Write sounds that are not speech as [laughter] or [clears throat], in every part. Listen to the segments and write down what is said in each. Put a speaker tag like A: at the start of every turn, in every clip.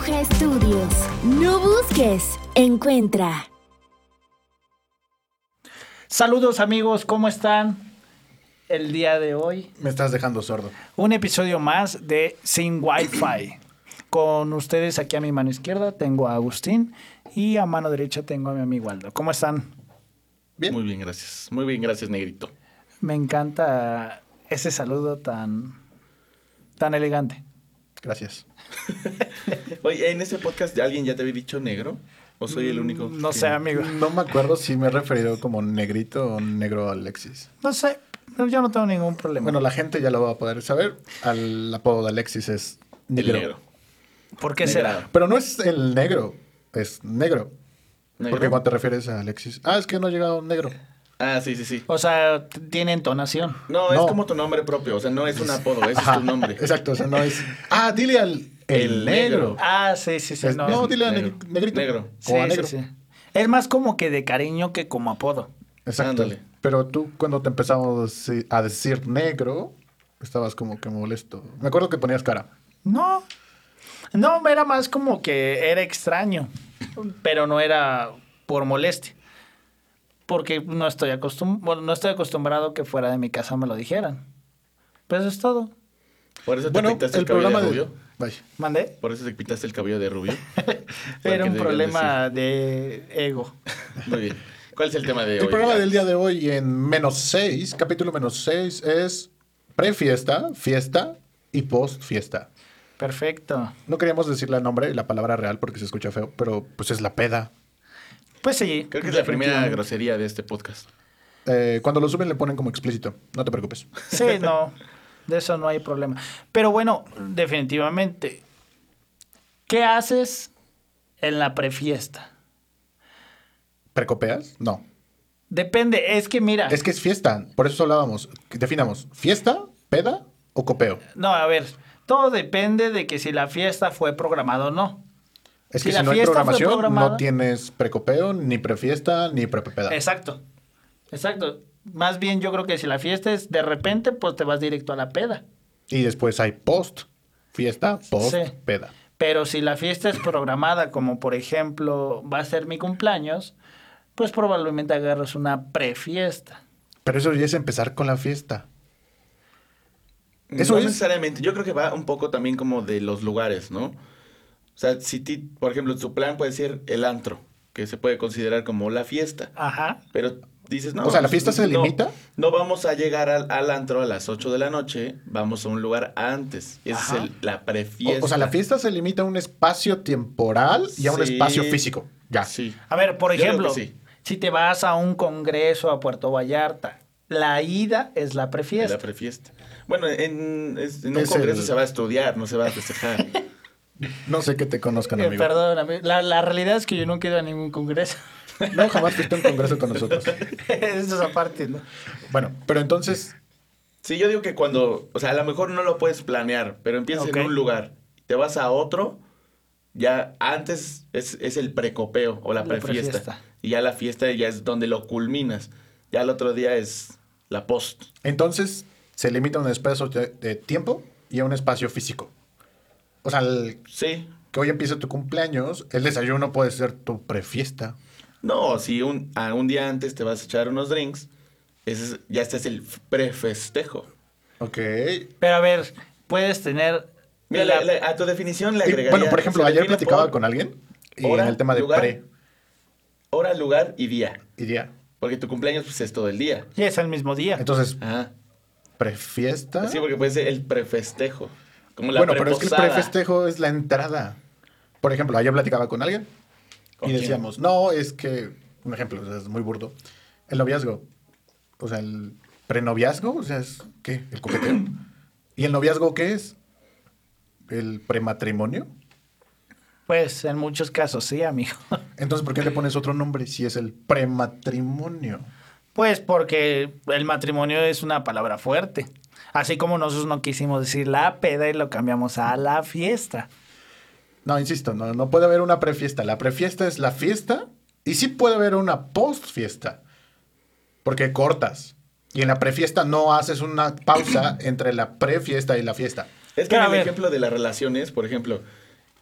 A: Estudios. No busques, encuentra.
B: Saludos amigos, ¿cómo están el día de hoy?
C: Me estás dejando sordo.
B: Un episodio más de Sin Wi-Fi. Con ustedes aquí a mi mano izquierda tengo a Agustín y a mano derecha tengo a mi amigo Aldo. ¿Cómo están?
C: Bien.
D: Muy bien, gracias. Muy bien, gracias, Negrito.
B: Me encanta ese saludo tan, tan elegante.
C: Gracias.
D: Oye, ¿en ese podcast alguien ya te había dicho negro? ¿O soy el único?
B: Mm, No
D: que-
B: sé, amigo.
C: No me acuerdo si me he referido como negrito o negro Alexis.
B: No sé, yo no tengo ningún problema.
C: Bueno, la gente ya lo va a poder saber. Al apodo de Alexis es
D: El
C: negro.
D: negro.
B: ¿Por qué
D: Negra.
B: será?
C: Pero no es el negro, es negro.
D: ¿Negro?
C: Porque cuando te refieres a Alexis, ah, es que no ha llegado un negro.
D: Ah, sí, sí, sí.
B: O sea, t- tiene entonación.
D: No, es
C: No.
D: como tu nombre propio. O sea, no es un apodo, ese es
C: Ajá,
D: tu nombre.
C: Exacto, o sea, no es. Ah, dile al. El,
D: El
C: negro.
D: negro.
B: Ah, sí, sí, sí.
C: Es-
B: no.
C: no, dile al
D: negro.
C: neg- negrito.
D: Negro.
B: Sí,
C: O a
B: sí,
C: negro.
B: sí. Es más como que de cariño que como apodo.
C: Exacto.
D: Ándale.
C: Pero tú cuando te empezamos a decir negro, estabas como que molesto. Me acuerdo que ponías cara.
B: No. No, era más como que era extraño, pero no era por molestia. Porque no estoy, acostum bueno, no estoy acostumbrado que fuera de mi casa me lo dijeran. Pues eso es todo.
D: Por eso te
C: Bueno,
D: pintaste el,
C: el
D: cabello
C: programa
D: de
C: de...
D: rubio.
C: Vaya.
B: ¿Mandé?
D: Por eso te pintaste el cabello de rubio.
B: Era
D: Porque
B: un
D: debían
B: problema de ego.
D: decir. Muy bien. ¿Cuál es el tema de hoy?
C: El programa del día de hoy en menos 6, capítulo menos 6, es prefiesta, fiesta y postfiesta.
B: Perfecto.
C: No queríamos decirle el nombre y la palabra real porque se escucha feo, pero pues es la peda.
B: Pues sí.
D: Creo que es la primera
B: definitivamente.
D: grosería de este podcast.
C: Eh, cuando lo suben le ponen como explícito, no te preocupes.
B: Sí, no. De eso no hay problema. Pero bueno, definitivamente. ¿Qué haces en la prefiesta?
C: ¿Precopeas? No.
B: Depende, es que mira.
C: Es que es fiesta, por eso hablábamos. Definamos, ¿fiesta, peda o copeo?
B: No, a ver, todo depende de que si la fiesta fue programada o no.
C: Es
B: Si
C: que si,
B: la
C: no hay
B: fiesta fue
C: programación,
B: programada-
C: no tienes precopeo, ni prefiesta, ni prepeda.
B: Exacto. Exacto. Más bien yo creo que si la fiesta es de repente, pues te vas directo a la peda.
C: Y después hay post, fiesta, post,
B: Sí.
C: peda.
B: Pero si la fiesta es programada, como por ejemplo va a ser mi cumpleaños, pues probablemente agarras una prefiesta.
C: Pero eso ya es empezar con la fiesta. Eso
D: no
C: es.
D: necesariamente. Yo creo que va un poco también como de los lugares, ¿no? O sea, si ti, por ejemplo, tu plan puede ser el antro, que se puede considerar como la fiesta.
B: Ajá.
D: Pero dices, no. pues,
C: O sea, ¿la fiesta se
D: no,
C: limita?
D: No, vamos a llegar al, al antro a las 8 de la noche, vamos a un lugar antes. Esa
B: Ajá.
D: es el- la
C: O,
D: prefiesta.
C: o sea, la fiesta se limita a un espacio temporal y a un
D: Sí.
C: espacio físico. Ya.
D: Sí.
B: A ver, por
D: Yo creo
B: ejemplo,
D: que sí.
B: si te vas a un congreso a Puerto Vallarta, la ida es la
D: es La
B: prefiesta.
D: prefiesta. Bueno, en, es- en un
C: Es
D: congreso
C: el-
D: se va a estudiar, no se va a
C: [laughs]
D: festejar.
C: No sé que te conozcan,
B: Eh,
C: amigo.
B: perdón, amigo. la, la realidad es que yo nunca he ido a ningún congreso.
C: No, jamás fuiste a un congreso con
D: [laughs]
C: nosotros.
B: [laughs] Eso es aparte, ¿no?
C: Bueno, pero entonces,
D: sí, yo digo que cuando. O sea, a lo mejor no lo puedes planear, pero empiezas
B: Ok.
D: en un lugar, te vas a otro, ya antes es, es el precopeo o la
B: La
D: prefiesta.
B: prefiesta.
D: Y ya la fiesta ya es donde lo culminas. Ya el otro día es la post.
C: entonces se limita a un espacio de, de tiempo y a un espacio físico. O sea, el-
D: Sí,
C: que hoy empieza tu cumpleaños, el desayuno puede ser tu prefiesta.
D: No, si un, a un día antes te vas a echar unos drinks, ese es- ya este es el f- prefestejo.
C: Ok.
B: Pero a ver, puedes tener.
D: Mira,
B: la-
D: le- le- a tu definición le
C: Y,
D: agregaría...
C: bueno, por ejemplo,
D: se
C: ayer
D: define
C: platicaba
D: por
C: con alguien y
D: hora,
C: en el tema de
D: lugar.
C: pre
D: Hora, lugar y día.
C: y día.
D: Porque tu cumpleaños pues, es todo el día.
B: Sí, es el mismo día.
C: Entonces,
D: Ajá.
C: prefiesta.
D: Sí, porque puede ser el prefestejo. Como la
C: Ah. bueno, pero es que el
D: preposada.
C: prefestejo es la entrada. Por ejemplo, ayer platicaba con alguien
D: ¿Con
C: y
D: quién?
C: decíamos, no, es que, un ejemplo, o sea, es muy burdo. El noviazgo, o sea, el prenoviazgo, o sea, es, ¿qué? El coqueteo. ¿Y el noviazgo qué es? ¿El prematrimonio?
B: Pues en muchos casos, sí, amigo. [laughs]
C: Entonces, ¿por qué le pones otro nombre si es el prematrimonio?
B: Pues porque el matrimonio es una palabra fuerte. Así como nosotros no quisimos decir la peda y lo cambiamos a la fiesta.
C: No, insisto, no, no puede haber una prefiesta. La prefiesta es la fiesta y sí puede haber una postfiesta. Porque cortas. Y en la prefiesta no haces una
D: [clears throat]
C: pausa entre la prefiesta y la fiesta.
D: Es que
B: Pero, a
D: en el
B: ver.
D: ejemplo de las relaciones, por ejemplo,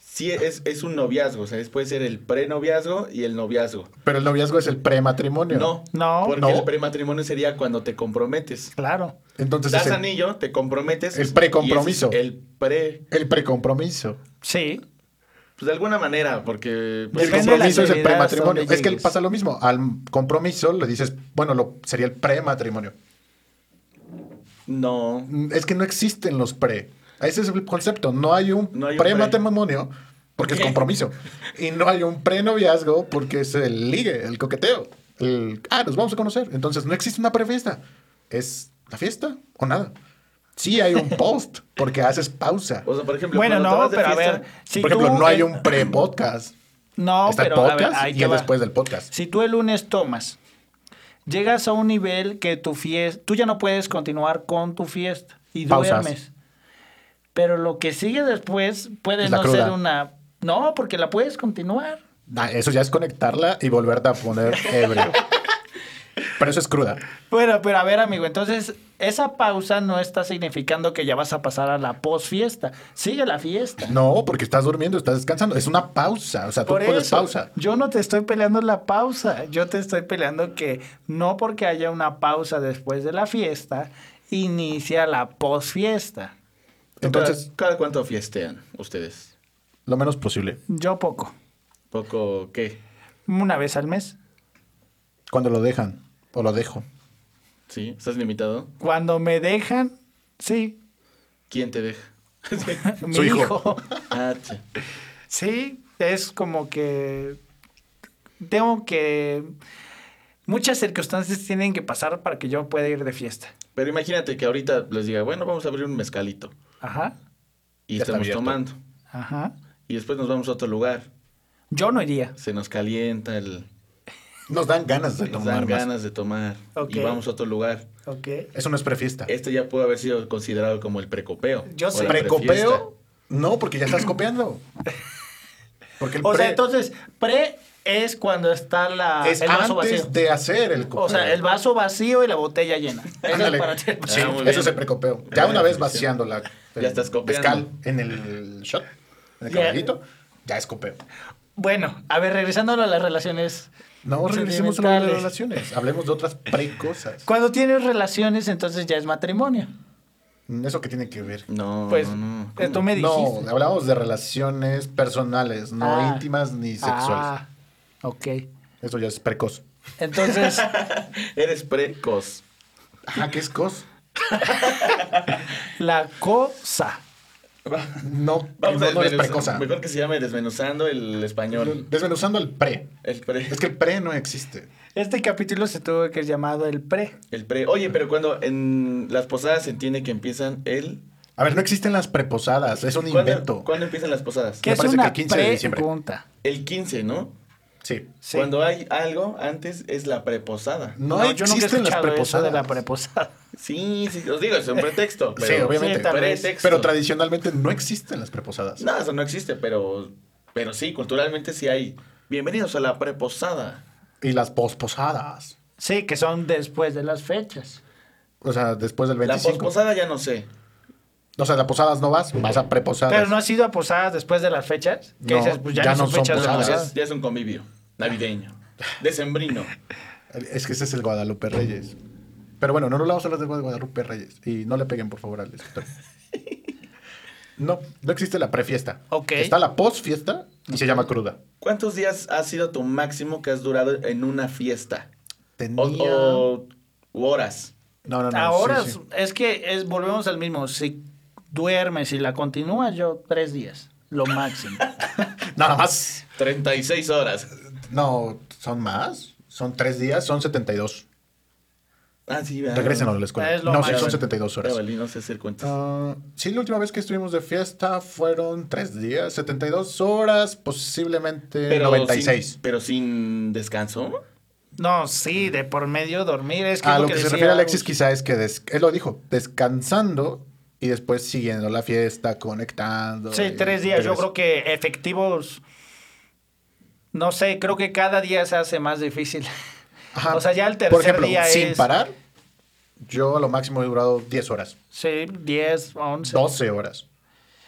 D: sí es, es un noviazgo, o sea, es- puede ser el prenoviazgo y el noviazgo.
C: Pero el noviazgo es el prematrimonio.
D: No,
B: No.
D: porque
C: No.
D: el prematrimonio sería cuando te comprometes.
B: Claro.
C: Entonces
D: Das
C: es el,
D: anillo, te comprometes.
C: el precompromiso.
D: y ese es El pre.
C: el precompromiso.
B: Sí.
D: Pues de alguna manera, porque. pues,
B: Depende de
C: El
D: como-
B: la
C: compromiso es el
B: seriedad
C: prematrimonio.
B: donde
C: Es que
B: llegues.
C: pasa lo mismo. Al compromiso le dices, bueno, lo, sería el prematrimonio.
D: No.
C: Mm, Es que no existen los pre. Ese es el concepto. No hay un,
D: No hay un
C: prematrimonio porque es
D: Ok.
C: compromiso. Y no hay un prenoviazgo porque es el ligue, el coqueteo. El, ah, nos vamos a conocer. Entonces no existe una prefiesta. Es la fiesta o nada. Sí hay un post porque haces pausa.
D: O sea, por ejemplo.
B: Bueno,
D: cuando te
B: no,
D: vas de
B: pero a
D: fiesta-
B: ver. Si
C: por ejemplo,
B: tú-
C: no hay
B: eh,
C: un pre-podcast.
B: No,
C: Está
B: pero
C: el
B: a ver,
C: podcast
B: ahí
C: y
B: te
C: el
B: va.
C: después del podcast.
B: Si tú el lunes tomas, llegas a un nivel que tu fiesta, tú ya no puedes continuar con tu fiesta y
C: Pausas.
B: duermes. Pero lo que sigue después puede
C: Es la
B: no
C: cruda.
B: ser una... No, porque la puedes continuar.
C: Ah, eso ya es conectarla y volverte a poner
B: [laughs]
C: ebrio. Pero eso es cruda.
B: Bueno, pero a ver, amigo, entonces esa pausa no está significando que ya vas a pasar a la posfiesta. Sigue la fiesta.
C: No, porque estás durmiendo, estás descansando. Es una pausa. O sea, tú
B: Por
C: pones
B: eso,
C: pausa.
B: yo no te estoy peleando la pausa, yo te estoy peleando que no porque haya una pausa después de la fiesta, inicia la posfiesta.
C: Entonces,
D: Cada, cada cuánto fiestean ustedes?
C: lo menos posible.
B: Yo poco,
D: ¿Poco qué?
B: una vez al mes,
C: Cuando lo dejan o lo dejo.
D: ¿Sí? ¿Estás limitado?
B: cuando me dejan, sí,
D: ¿Quién te deja? [laughs] Sí.
B: mi
C: Su hijo.
D: Ah, sí.
B: [laughs] Sí, es como que tengo que muchas circunstancias tienen que pasar para que yo pueda ir de fiesta.
D: Pero imagínate que ahorita les diga, bueno, vamos a abrir un mezcalito.
B: Ajá,
D: Y
C: Ya está
D: estamos
C: abierto.
D: tomando.
B: ajá.
D: Y después nos vamos a otro lugar.
B: Yo no iría.
D: Se nos calienta el...
C: Nos dan ganas de
D: Nos
C: tomar
D: dan
C: más.
D: ganas de tomar.
B: Ok.
D: Y vamos a otro lugar.
B: Ok.
C: Eso no es prefiesta.
D: Este ya pudo haber sido considerado como el precopeo.
B: Yo
D: o
B: sé.
D: la
C: ¿Precopeo? No, porque ya estás copiando. Porque el
B: O sea,
C: pre
B: entonces, pre es cuando está la,
C: es
B: el vaso vacío.
C: antes de hacer el copeo.
B: O sea, el vaso vacío y la botella llena. Eso es
C: Ándale.
B: para ti.
C: Sí,
D: Ah, muy bien.
C: eso es el precopeo. Ya
D: Buena
C: una vez
D: definición.
C: vaciando la el
D: Ya estás copiando.
C: mezcal en el shot, en el
B: Ya.
C: caballito, ya es copeo.
B: Bueno, a ver, regresando a las relaciones.
C: No regresemos a las
B: Sentimentales.
C: relaciones. Hablemos de otras pre-cosas.
B: Cuando tienes relaciones, entonces ya es matrimonio.
C: ¿Eso que tiene que ver?
D: No,
B: Pues,
D: no, no.
B: eh,
D: ¿Cómo?
B: tú me
C: No,
B: dijiste.
C: hablamos de relaciones personales, no
B: Ah.
C: íntimas ni sexuales.
B: Ah, ok.
C: Eso ya es precoz. [laughs]
B: Entonces,
D: Eres precoz.
C: Ajá, ¿qué es cos?
B: la cosa.
C: No, no, no es
D: desmenuzar-
C: precoza.
D: Mejor que se llame desmenuzando el español.
C: Desmenuzando el pre.
D: El pre.
C: Es que el pre no existe.
B: Este capítulo se tuvo que llamado el pre.
D: El pre. Oye, pero cuando en las posadas se entiende que empiezan el.
C: A ver, no existen las preposadas, es un
D: ¿Cuándo-
C: invento.
D: ¿Cuándo empiezan las posadas?
B: Que
C: Me
B: es
C: parece
B: una
C: que el 15 de diciembre.
B: pregunta.
D: El 15, ¿no?
C: Sí.
B: Sí.
D: Cuando hay algo antes es la preposada.
C: No,
B: yo nunca he
C: existen las
B: escuchado eso
C: preposadas.
B: de la preposada.
D: Sí, sí, os digo, es un pretexto. Pero,
C: sí, obviamente.
B: Sí, tal vez.
D: pretexto.
C: pero tradicionalmente no existen las preposadas.
D: No, eso no existe, pero, pero sí, culturalmente sí hay. Bienvenidos a la preposada.
C: Y las posposadas.
B: Sí, que son después de las fechas.
C: O sea, después del
D: La
C: 25.
D: posposada ya no sé.
C: o sea, las posadas no vas, vas a preposadas.
B: Pero no has ido a posadas después de las fechas. Que
C: No,
B: dices, pues ya,
C: ya
B: no son fechas de
D: No,
C: posadas.
D: ya,
B: posadas.
D: es, ya es un convivio navideño, decembrino.
C: Es que ese es el Guadalupe Reyes. Pero bueno, no nos vamos a hablar de Guadalupe Reyes. Y no le peguen, por favor, al
B: [laughs]
C: escritor. No, no existe la prefiesta.
B: Ok.
C: Está la posfiesta y se llama cruda.
D: ¿Cuántos días ha sido tu máximo que has durado en una fiesta?
C: Tenía...
D: O, o- u horas.
C: Oh, No, no, no.
B: Ahora
C: sí, sí.
B: es que es, volvemos al mismo. Si duermes y la continúas, yo tres días, lo
C: [laughs]
B: máximo.
C: Nada más.
D: 36 horas.
C: No, son más. Son tres días, son 72.
D: Ah, sí, ¿verdad?
C: Regresen a la escuela.
B: Es lo
C: no,
B: más.
C: sí, son
D: Ya,
C: 72 horas.
D: ya valí, no sé hacer cuentas.
C: Ah, sí, la última vez que estuvimos de fiesta fueron tres días, 72 horas, posiblemente 96.
D: Sin, pero sin descanso.
B: No, sí, de por medio dormir. Es que
C: a
B: es
C: lo que, se
B: decía
C: refiere Alexis
B: Agus.
C: quizá es que, des- él lo dijo, descansando y después siguiendo la fiesta, conectando.
B: Sí, tres días. Yo creo que efectivos. No sé, creo que cada día se hace más difícil. [laughs] o sea, ya el tercer
C: Por ejemplo,
B: día
C: sin
B: es-
C: parar, yo a lo máximo he durado 10 horas,
B: Sí, 10, 11.
C: 12 horas.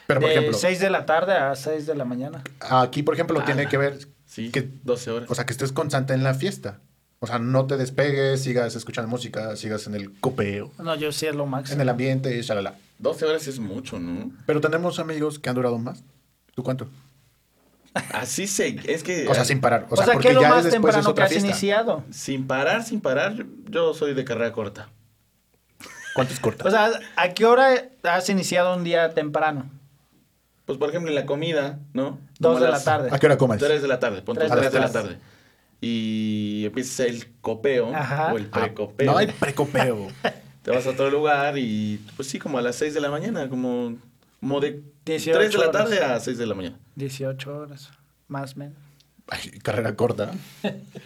C: Pero, por
B: de
C: ejemplo-
B: 6 de la tarde a 6 de la mañana.
C: Aquí, por ejemplo,
B: Ah,
C: tiene que ver
D: Sí,
C: que,
D: 12 horas.
C: o sea, que estés constante en la fiesta. O sea, no te despegues, sigas escuchando música, sigas en el copeo,
B: No, yo sí es lo máximo.
C: en el ambiente, shalala.
D: 12 horas es mucho, ¿no?
C: Pero tenemos amigos que han durado más. ¿Tú cuánto?
D: Así se... Es que...
C: O sea, sin parar.
B: Eh, o
C: O
B: sea,
C: sea,
B: ¿qué
C: porque
B: es lo
C: ya
B: más
C: después es
B: temprano que
C: otra
B: has
C: fiesta.
B: iniciado?
D: Sin parar, sin parar, yo soy de carrera corta.
C: ¿Cuánto es corta?
B: O sea, ¿a qué hora has iniciado un día temprano?
D: Pues, por ejemplo, en la comida, ¿no?
B: Dos
D: Como
B: de la
D: las
B: tarde.
C: ¿A qué hora comes?
D: 3 de la tarde, ponte
B: Tres
D: 3
C: de
D: de,
C: la
D: la tarde. Y empieza el copeo
B: Ajá.
D: o el
C: Ah,
D: precopeo.
C: No hay precopeo.
D: Te vas a otro lugar y, pues sí, como a las 6 de la mañana, como, como de
B: 18
D: 3 de la
B: horas.
D: tarde a 6 de la mañana.
B: 18 horas, más o menos.
C: [laughs] Ay, carrera corta.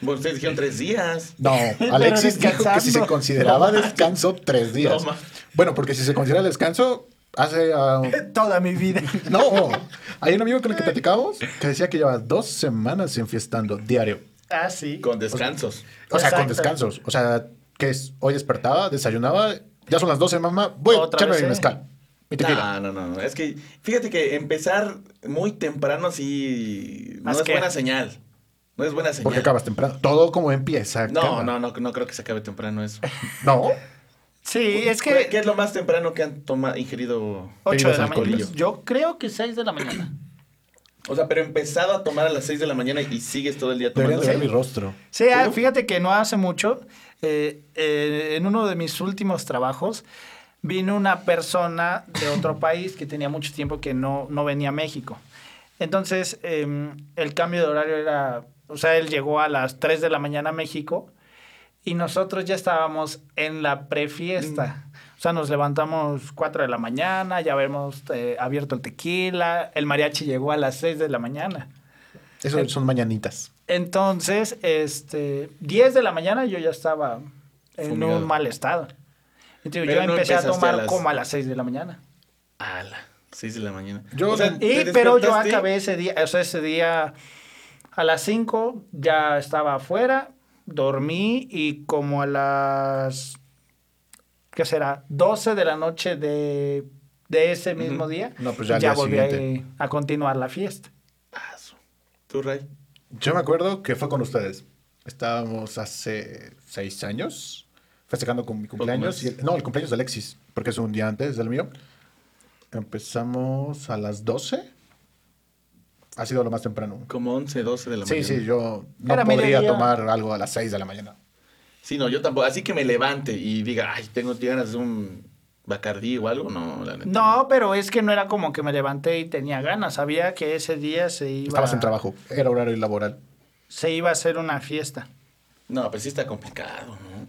D: Bueno, ustedes dijeron 3 días.
C: No, Alexis dijo que si
B: descansando.
C: se consideraba descanso, tres días.
D: No, ma.
C: bueno, porque si se considera descanso, hace... ah,
B: [laughs] Toda mi vida.
C: no, hay un amigo con el que platicamos que decía que lleva dos semanas enfiestando diario.
B: Ah, sí.
D: Con descansos.
C: O sea, con
B: Exacto.
C: descansos. O sea, que es, hoy despertaba, desayunaba, ya son las 12, mamá, voy,
B: Otra
C: échame
B: vez,
C: mi
B: ¿eh?
C: mezcal. Mi tequila.
D: No, no, no, no. Es que, fíjate que empezar muy temprano así no
B: ¿Más
D: es
B: qué?
D: buena señal. No es buena señal.
C: Porque acabas temprano. Todo como empieza.
D: No,
C: acaba.
D: no, no, no creo que se acabe temprano eso.
C: No,
B: [laughs] Sí, es
D: ¿Qué,
B: que
D: es lo más temprano que han tomado, ingerido?
B: 8 de
C: Bebidas
B: la mañana.
C: alcohólicas.
B: Yo creo que 6 de la mañana.
D: O sea, pero empezado a tomar a las 6 de la mañana y sigues todo el día
C: deberían
D: tomando.
C: de ver mi rostro.
B: Sí, ah, fíjate que no hace mucho, eh, eh, en uno de mis últimos trabajos, vino una persona de otro país que tenía mucho tiempo que no, no venía a México. Entonces, eh, el cambio de horario era, o sea, él llegó a las 3 de la mañana a México y nosotros ya estábamos en la prefiesta. O sea, nos levantamos 4 de la mañana, ya habíamos eh, abierto el tequila, el mariachi llegó a las 6 de la mañana.
C: Eso son mañanitas.
B: Entonces, este, 10 de la mañana yo ya estaba en
D: Fumigado.
B: un mal estado. Entonces,
D: Pero
B: yo
D: no
B: empecé a
D: empezaste
B: tomar
D: a las-
B: como a las 6 de la mañana.
D: A las 6 de la mañana.
C: Yo-
B: Y,
D: ¿te
B: pero yo
D: despertaste?
B: acabé ese día, o sea, ese día a las 5 ya estaba afuera, dormí y como a las, ¿qué será? 12 de la noche de, de ese mismo día,
C: No, pues ya al
B: ya
C: día
B: volví
C: siguiente.
B: a, a continuar la fiesta.
D: Ah, su- ¿Tú, Ray?
C: Yo me acuerdo que fue con ustedes. Estábamos hace seis años festejando con mi cumpleaños.
D: más.
C: y el- no, el cumpleaños de Alexis, porque es un día antes del mío. Empezamos a las 12. Ha sido lo más temprano.
D: Como 11, 12 de la
C: Sí,
D: mañana.
C: sí, yo no
B: Era
C: podría
B: mediodía.
C: tomar algo a las 6 de la mañana.
D: Sí, no, yo tampoco. Así que me levante y diga, ay, tengo ganas de un bacardí o algo. No, la neta.
B: No, pero es que no era como que me levanté y tenía ganas. Sabía que ese día se iba,
C: Estabas en trabajo, era horario laboral.
B: se iba a hacer una fiesta.
D: No, pero sí está complicado, ¿no?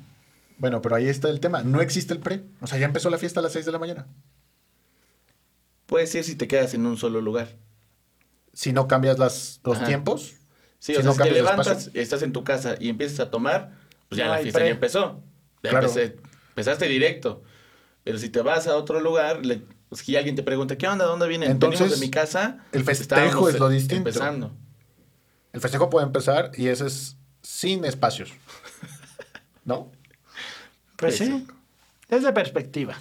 C: Bueno, pero ahí está el tema. No existe el pre. O sea, ya empezó la fiesta a las 6 de la mañana.
D: Puedes ir si te quedas en un solo lugar.
C: Si no cambias las, los
D: Ajá.
C: tiempos,
D: Sí,
C: Si
D: o
C: no
D: sea, si te
C: cambias de
D: levantas,
C: espacio.
D: estás en tu casa y empiezas a tomar, pues ya
B: No
D: la
B: hay
D: fiesta
B: pre.
D: ya empezó. Ya
C: Claro.
D: empecé- empezaste directo. Pero si te vas a otro lugar, le- si alguien te pregunta, ¿qué onda? ¿Dónde vienen?
C: Entonces,
D: Venimos de mi casa.
C: el
D: pues,
C: festejo
D: estábamos,
C: es lo
D: eh,
C: distinto.
D: Empezando.
C: El festejo puede empezar y ese es sin espacios. ¿No?
B: Pues
D: Sí,
B: sí, es de perspectiva.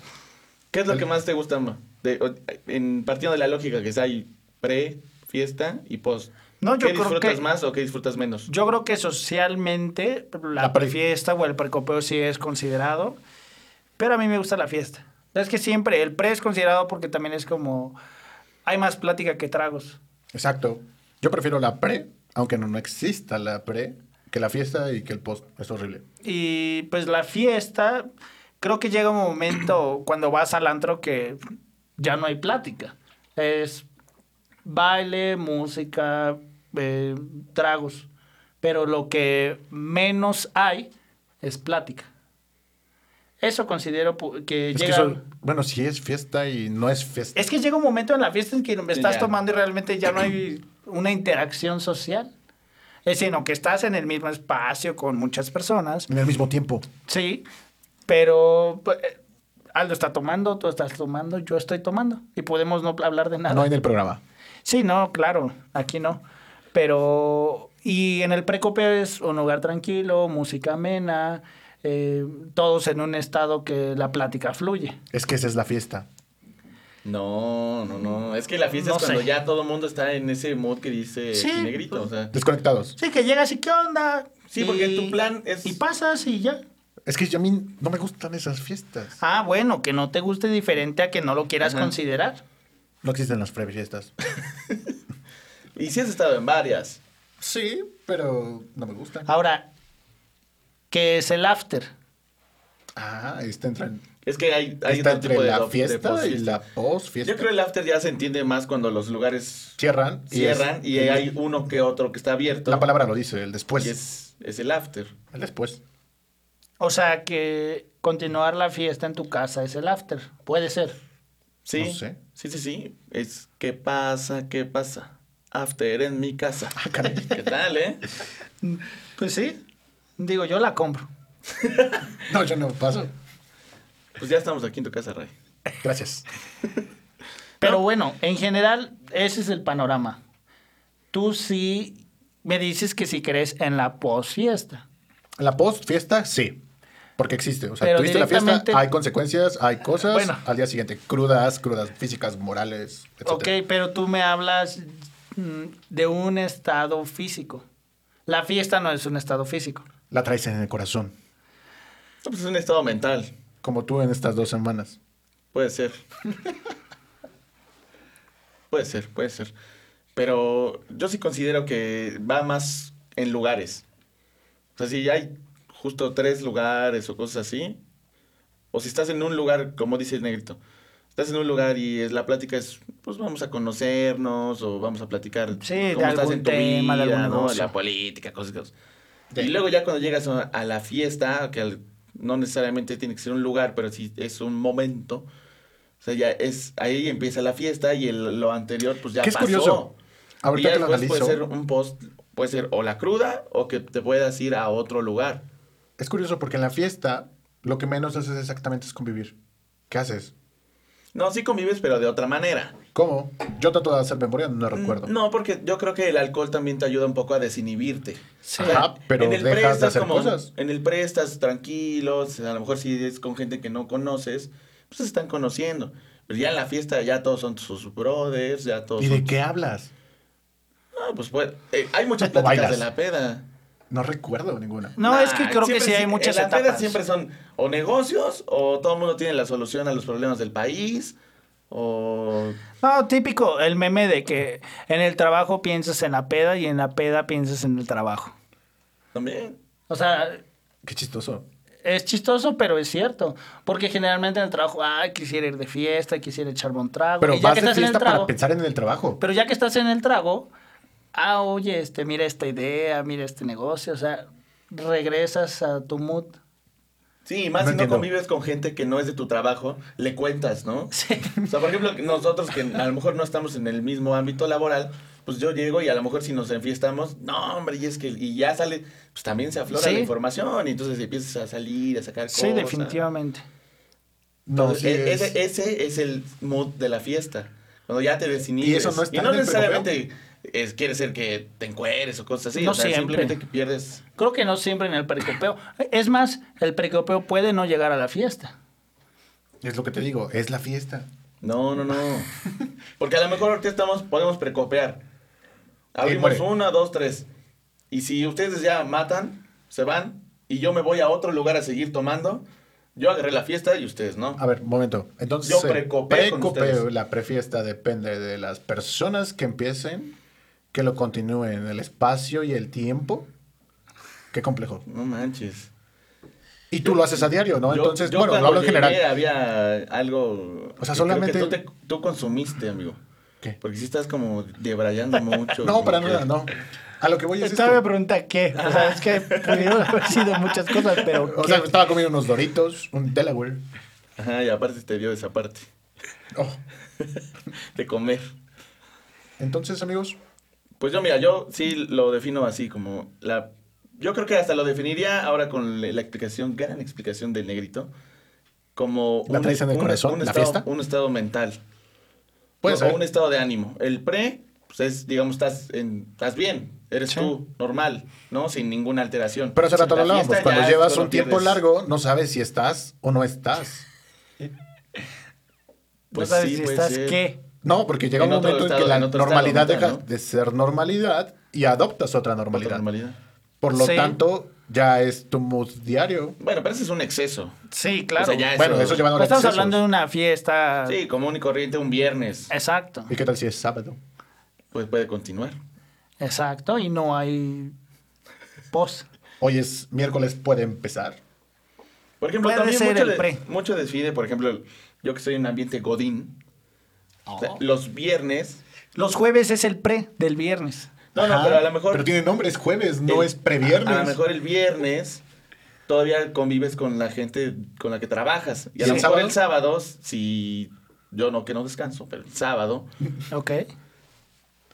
D: ¿Qué es lo que más te gusta, ma? De- o- en partiendo de la lógica que es hay pre, fiesta y post.
B: No, yo
D: ¿Qué
B: creo
D: disfrutas
B: que-
D: más o qué disfrutas menos?
B: Yo creo que socialmente la,
C: La pre-
B: fiesta o el precopeo sí es considerado, pero a mí me gusta la fiesta. Es que siempre el pre es considerado porque también es como hay más plática que tragos.
C: Exacto. Yo prefiero la pre, aunque no, no exista la pre, que la fiesta y que el post. Es horrible.
B: Y pues la fiesta, creo que llega un
C: [clears throat]
B: momento cuando vas al antro que ya no hay plática. Es baile, música, eh, tragos. Pero lo que menos hay es plática. Eso considero pu- que
C: Es
B: llega...
C: que eso- bueno, si es fiesta y no es fiesta.
B: Es que llega un momento en la fiesta en que me
D: Sí,
B: estás
D: ya.
B: tomando y realmente ya no hay una interacción social. Es sino que estás en el mismo espacio con muchas personas.
C: En el mismo tiempo.
B: Sí, pero pues, eh, Aldo está tomando, tú estás tomando, yo estoy tomando y podemos no hablar de nada.
C: No en el programa.
B: Sí, no, claro, aquí no. Pero, y en el precopeo es un lugar tranquilo, música amena, eh, todos en un estado que la plática fluye.
C: Es que esa es la fiesta.
D: No, no, no. Es que la fiesta
B: No
D: es cuando
B: sé.
D: ya todo el mundo está en ese mood que dice
B: Sí,
D: negrito.
B: pues.
D: o sea.
C: Desconectados.
B: Sí, que llegas y qué onda.
D: Sí, porque
B: Y-
D: tu plan es-
B: Y pasas y ya.
C: Es que yo a mí no me gustan esas fiestas.
B: Ah, bueno, que no te guste diferente a que no lo quieras
D: Ajá.
B: considerar.
C: No existen las prefiestas.
D: Y sí has estado en varias.
C: Sí, pero no me
D: Ah.
C: gustan.
B: Ahora, ¿qué es el after?
C: Ah, este entra en-
D: Es que hay, hay
C: está
D: otro
C: entre
D: tipo de
C: la
D: dof- de
C: fiesta y
D: posfiesta.
C: la post-fiesta.
D: Yo creo el after ya se entiende más cuando los lugares
C: Cierran. y es- Pues,
D: cierran y, hay uno que otro que está abierto.
C: La palabra lo dice, el después.
D: Y es, es el after.
C: El después.
B: O sea, que continuar la fiesta en tu casa es el after. Puede ser.
D: Sí.
C: No sé.
D: Sí, sí, sí. Es ¿qué pasa? ¿Qué pasa? After en mi casa.
C: Ah,
D: ¿Qué tal, eh?
B: Pues sí. Digo, yo la compro.
C: No, yo no paso.
D: Pues ya estamos aquí en tu casa, Ray.
C: Gracias.
B: Pero bueno, en general, ese es el panorama. Tú sí me dices que si crees en la posfiesta.
C: La post-fiesta, sí. Porque existe. O sea,
B: Pero
C: tuviste la fiesta,
B: directamente-
C: hay consecuencias, hay cosas.
B: Bueno.
C: Al día siguiente, crudas, crudas físicas, morales, etc.
B: Ok, pero tú me hablas mm, de un estado físico. La fiesta no es un estado físico.
C: La traes en el corazón.
D: No, Pues es un estado mental.
C: Como tú en estas dos semanas.
D: Puede ser. [laughs] puede ser, puede ser. Pero yo sí considero que va más en lugares. O sea, si hay justo tres lugares o cosas así, o si estás en un lugar, como dice el negrito, estás en un lugar y es, la plática es, pues vamos a conocernos o vamos a platicar
B: Sí, de algún tema, de algún negocio.
D: la política, cosas, cosas.
C: De-
D: Y luego ya cuando llegas a, a la fiesta, que al- no necesariamente tiene que ser un lugar, pero sí es un momento, o sea, ya es, ahí empieza la fiesta y el- lo anterior pues ya
C: Que es
D: pasó.
C: curioso. Ahorita
D: y
C: que
D: ya
C: lo
D: después
C: analizo,
D: puede ser un post, puede ser o la cruda o que te puedas ir a otro lugar.
C: es curioso porque en la fiesta lo que menos haces exactamente es convivir. ¿Qué haces?
D: No, sí convives, pero de otra manera.
C: ¿Cómo? Yo trato de hacer memoria, no recuerdo.
D: Mm, No, porque yo creo que el alcohol también te ayuda un poco a desinhibirte.
B: Sí.
C: Ajá, Ah, pero dejas de
D: estás
C: hacer cosas.
D: En el pre estás tranquilos, a lo mejor si es con gente que no conoces, pues se están conociendo. Pero ya en la fiesta ya todos son sus brothers, ya todos
C: ¿Y de
D: son...
C: qué hablas?
D: Ah, pues, pues, eh, hay muchas
C: [laughs] O
D: pláticas
C: bailas.
D: de la peda.
C: No recuerdo ninguna.
B: No,
D: Nah,
B: es que creo que
D: siempre
B: sí hay
D: en
B: muchas
D: la peda
B: etapas.
D: siempre son o negocios o todo el mundo tiene la solución a los problemas del país o...
B: No, típico, el meme de que en el trabajo piensas en la peda y en la peda piensas en el trabajo.
D: También...
B: O sea,
C: Qué chistoso.
B: es chistoso, pero es cierto. Porque generalmente en el trabajo, ay, quisiera ir de fiesta, quisiera echarme un trago.
C: Pero
B: y ya
C: vas
B: que
C: de
B: estás en el
C: fiesta para
B: trago,
C: pensar en el trabajo.
B: pero ya que estás en el trago, ah, oye, este, mira esta idea, mira este negocio, o sea, regresas a tu mood. [laughs]
D: Sí, y más
C: No
D: si no
C: entiendo.
D: convives con gente que no es de tu trabajo, le cuentas, ¿no? O sea, por ejemplo, nosotros que a lo mejor no estamos en el mismo ámbito laboral, pues yo llego y a lo mejor si nos enfiestamos, no, hombre, y es que y ya sale, pues también se aflora
B: Sí.
D: la información y entonces empiezas a salir, a sacar
B: Sí,
D: cosas.
B: definitivamente.
C: No,
D: Entonces,
C: sí
D: e-
C: es-
D: ese, ese es el mood de la fiesta. Cuando ya te desinhibes.
C: Y eso no está
D: Y no
C: en el
D: necesariamente es, quiere ser que te encueres o cosas así.
B: No
D: o sea,
B: siempre.
D: simplemente que pierdes.
B: Creo que no siempre en el precopeo. Es más, el precopeo puede no llegar a la fiesta.
C: es lo que te digo, es la fiesta.
D: No, no, no.
C: [laughs]
D: Porque a lo mejor ahorita estamos, podemos precopear. Abrimos
C: muere.
D: una, dos, tres. Y si ustedes ya matan, se van, y yo me voy a otro lugar a seguir tomando, yo agarré la fiesta y ustedes no.
C: A ver, momento. Entonces,
D: Yo
C: eh,
D: precopeo con ustedes.
C: la prefiesta depende de las personas que empiecen, que lo continúen, el espacio y el tiempo. Qué complejo.
D: No manches.
C: Y tú lo haces a diario, ¿no?
D: Yo-
C: Entonces,
D: yo
C: bueno, lo
D: cuando
C: hablo en
D: llegué
C: general.
D: Había algo.
C: O sea,
D: que creo que
C: solamente-
D: Tú, te- tú consumiste, amigo.
C: ¿Qué?
D: Porque si estás como debrayando
C: [laughs]
D: mucho.
C: No, para
D: como
C: nada,
D: que-
C: no. A lo que voy es
B: Esta me
C: esto.
B: pregunta qué. O sea, es que pudieron [laughs] haber sido muchas cosas, pero.
C: O
B: ¿qué?
C: sea, estaba comiendo unos doritos, un Delaware.
D: Ajá, y aparte te dio esa parte
C: Oh.
D: de comer.
C: Entonces, amigos,
D: Pues yo, mira, yo sí lo defino así, como la. Yo creo que hasta lo definiría ahora con le- la explicación, gran explicación del negrito, como
C: ¿La traes en el corazón, la
D: estado,
C: fiesta?
D: un estado mental.
C: Puede
D: o,
C: ser.
D: o un estado de ánimo. El pre, pues es, digamos, estás, en- estás bien, eres
B: Sí.
D: tú, normal, ¿no? Sin ninguna alteración.
C: pero hace rato lo
D: Pues La
C: hablábamos.
D: fiesta
C: Cuando
D: ya es
C: llevas
D: cuando
C: un tiempo
D: pierdes.
C: largo, no sabes si estás o no estás.
D: Pues
B: no sabes
D: sí,
B: si
D: puede
B: estás
D: ser.
B: qué.
C: No, porque llega
D: En
C: un
D: otro
C: momento en
D: estado-
C: que la
D: en otro estado
C: normalidad
D: mental,
C: deja
D: ¿no?
C: de ser normalidad y adoptas otra normalidad.
D: Otra normalidad.
C: Por lo
B: Sí.
C: tanto, ya es tu mood diario.
D: Bueno, pero ese es un exceso.
B: Sí, claro.
D: O sea, ya es-
C: Bueno, eso
B: Pero
C: llevando a
B: Pues estamos
C: excesos.
B: hablando de una fiesta.
D: Sí, común y corriente un viernes.
B: Exacto.
C: ¿Y qué tal si es sábado?
D: Pues puede continuar.
B: Exacto. Y no hay post.
C: Hoy es miércoles, puede empezar.
D: Por ejemplo,
B: Puede
D: también
B: ser
D: mucho,
B: el
D: de-
B: pre.
D: mucho desfide, por ejemplo, yo que estoy en un ambiente godín, o
B: Oh.
D: sea, los viernes...
B: Los jueves es el pre del viernes.
D: No, no,
C: Ajá,
D: pero a lo mejor...
C: Pero tiene nombre, es jueves, no
D: el-
C: es previernes.
D: A, a lo mejor el viernes todavía convives con la gente con la que trabajas. Y a
C: ¿Y el
D: lo mejor
C: sábado?
D: el sábado, si yo no que no descanso, pero el sábado,
B: Ok.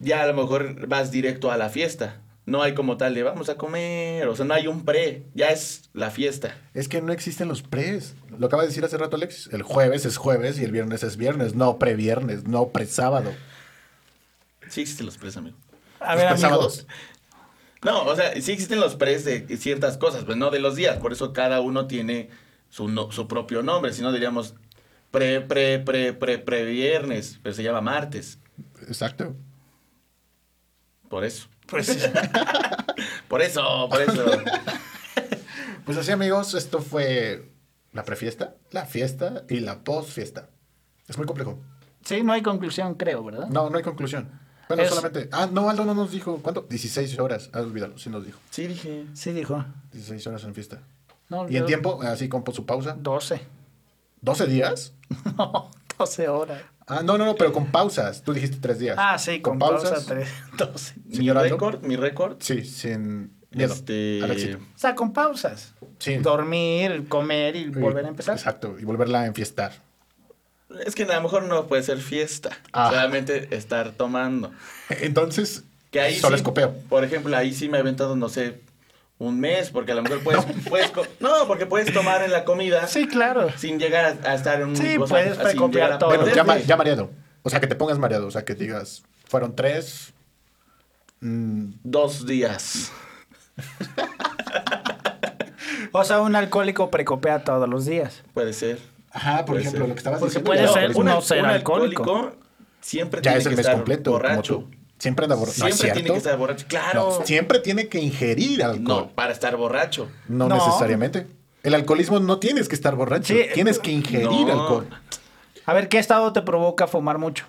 D: ya a lo mejor vas directo a la fiesta. No hay como tal de vamos a comer, o sea, no hay un pre, ya es la fiesta.
C: Es que no existen los pres. Lo acaba de decir hace rato Alexis. El jueves es jueves y el viernes es viernes. No previernes, no presábado.
D: Sí existen los pres, amigo.
B: A ver,
C: ¿Los
B: amigos.
C: presábados?
D: No, o sea, sí existen los pres de ciertas cosas, pero no de los días. Por eso cada uno tiene su, no- su propio nombre. Si no, diríamos pre, pre, pre, pre, pre viernes, pero se llama martes.
C: Exacto.
D: Por eso.
B: Pues,
D: Por eso, por eso.
C: Pues así, amigos, esto fue la prefiesta, la fiesta y la posfiesta. Es muy complejo.
B: sí, no hay conclusión, creo, ¿verdad?
C: No, no hay conclusión. Bueno,
B: Es-
C: solamente. Ah, no, Aldo no nos dijo. ¿Cuánto? 16 horas. Ah, olvídalo, sí nos dijo.
D: Sí, dije.
B: Sí, dijo.
C: 16 horas en fiesta.
B: No,
C: ¿Y en
B: yo-
C: tiempo? Así con pues, su pausa.
B: 12.
C: ¿12 días?
B: [laughs] No, 12 horas.
C: Ah, no, no, no, pero con pausas. Tú dijiste 3 días.
B: Ah, sí, con, pausa [laughs] 3. 12.
D: Mi
C: Señor Aldo.
D: récord, mi récord.
C: Sí, sin miedo.
D: Este,
C: Al éxito.
B: O sea, con pausas.
C: Sí.
B: Dormir, comer y
C: Y-
B: volver a empezar.
C: Exacto, y volverla a enfiestar. [laughs]
D: Es que a lo mejor no puede ser fiesta.
C: Ah.
D: Solamente estar tomando.
C: Entonces,
D: Que ahí
C: solo
D: sí,
C: escopeo.
D: Por ejemplo, ahí sí me he aventado, no sé, un mes, porque a lo mejor puedes. No, puedes, co- no porque puedes tomar en la comida
B: Sí, claro.
D: sin llegar a, a estar en un.
B: Sí,
D: o sea,
B: puedes
D: sin
B: precopiar
D: llegar a-
B: todo.
C: Bueno,
B: Desde-
C: ya, ma- ya mareado. O sea, que te pongas mareado. O sea, que digas, fueron tres. mm,
D: Dos días.
B: O sea, un alcohólico precopea todos los días.
D: Puede ser.
C: Ajá, Ah, por
D: Puede
C: ejemplo,
D: ser.
C: lo que estabas
B: Porque
C: diciendo.
B: puede
C: ya,
B: ser
C: por ejemplo,
B: uno- no ser alcohólico.
D: siempre
C: Ya
D: tiene
C: es el
D: que
C: mes
D: estar
C: completo,
D: borracho.
C: como tú. Siempre anda borracho.
D: Siempre
C: ¿no es
D: tiene
C: cierto?
D: que estar borracho. Claro.
C: No, siempre tiene que ingerir alcohol.
D: No, para estar borracho.
C: No,
B: No.
C: necesariamente. El alcoholismo no tienes que estar borracho.
B: Sí.
C: Tienes que ingerir
D: No.
C: alcohol.
B: A ver, ¿qué estado te provoca fumar mucho?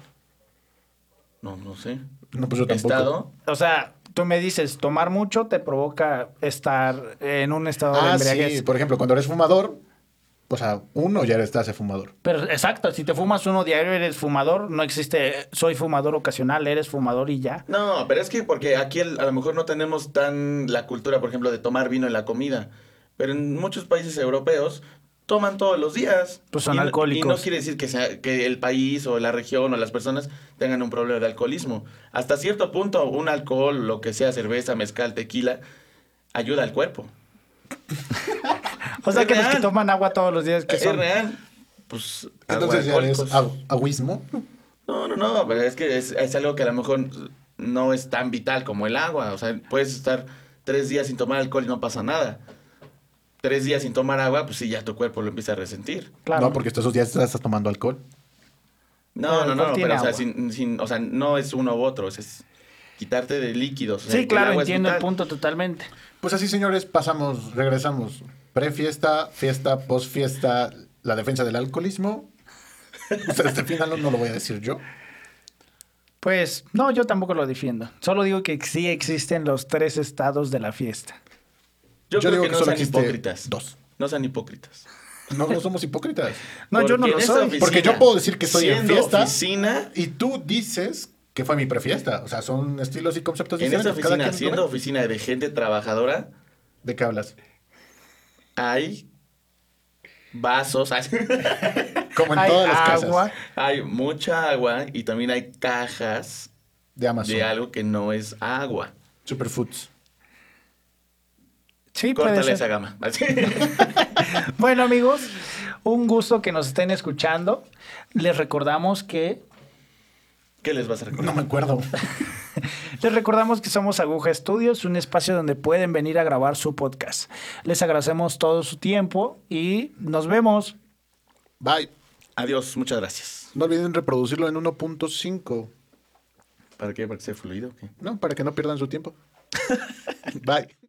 D: No, no sé.
C: No, pues yo tampoco.
D: Estado.
B: O sea, tú me dices, tomar mucho te provoca estar en un estado de
C: Ah,
B: embriaguez.
C: sí.
D: pues.
C: Por ejemplo, cuando eres fumador, o sea, uno ya estás de fumador.
B: Pero exacto, si te fumas uno diario eres fumador, no existe eh, soy fumador ocasional, eres fumador y ya.
D: No, pero es que porque aquí el- a lo mejor no tenemos tan la cultura, por ejemplo, de tomar vino en la comida. Pero en muchos países europeos toman todos los días.
B: Pues son
D: Y no-
B: alcohólicos.
D: Y no quiere decir que, sea, que el país o la región o las personas tengan un problema de alcoholismo. Hasta cierto punto, un alcohol, lo que sea, cerveza, mezcal, tequila, ayuda al cuerpo.
B: O sea,
D: Es
B: que los
D: real.
B: que toman agua todos los días que
D: Es
B: son
D: real. Pues,
C: Entonces ya es
D: aguaalcohólicos.
C: agu- agüismo.
D: No, no, no, pero es que es, es algo que a lo mejor no es tan vital como el agua. O sea, puedes estar tres días sin tomar alcohol y no pasa nada. Tres días sin tomar agua, pues sí, ya tu cuerpo lo empieza a resentir.
B: claro.
C: No, porque estos días estás estás tomando alcohol.
D: No,
B: Pero
D: no,
B: el
D: no,
B: alcohol tiene
D: pero o sea,
B: agua.
D: sin, sin- o sea, no es uno u otro, o sea, es quitarte de líquidos. o sea,
B: Sí,
D: el
B: claro,
D: agua es
B: entiendo el
D: vital.
B: punto totalmente.
C: Pues así, señores, pasamos, regresamos. Prefiesta, fiesta, posfiesta, la defensa del alcoholismo. Ustedes este final no, no lo voy a decir yo.
B: Pues no, yo tampoco lo defiendo. Solo digo que sí existen los tres estados de la fiesta.
D: Yo, creo
C: digo
D: que, no sean
C: existe
D: hipócritas.
C: dos.
D: No sean hipócritas.
C: No, no somos hipócritas.
B: No, yo no
D: Porque
B: lo
D: en esta
B: soy.
D: oficina,
C: Porque yo puedo decir que estoy en
D: siendo
C: fiesta.
D: oficina,
C: Y tú dices que fue mi prefiesta. O sea, son estilos y conceptos
D: en esta
C: diferentes. Cada quien
D: oficina,
C: lo ve.
D: siendo oficina de gente trabajadora,
C: ¿De qué hablas?
D: hay vasos, hay, [laughs]
C: Como en
B: Hay
C: todas las
B: agua.
C: casas
D: hay mucha agua y también hay cajas
C: de Amazon.
D: de algo que no es agua.
C: Superfoods.
B: Sí, puede
D: Córtale
B: ser.
D: esa gama. [laughs] Así.
B: Bueno, amigos, un gusto que nos estén escuchando. Les recordamos que
D: ¿Qué les vas a recordar?
C: No me acuerdo.
B: Les recordamos que somos Aguja Estudios, un espacio donde pueden venir a grabar su podcast. Les agradecemos todo su tiempo y nos vemos.
C: Bye.
D: Adiós, muchas gracias.
C: No olviden reproducirlo en 1.5.
D: ¿Para qué? ¿Para que sea fluido? o qué? [laughs]
C: No, para que no pierdan su tiempo. Bye.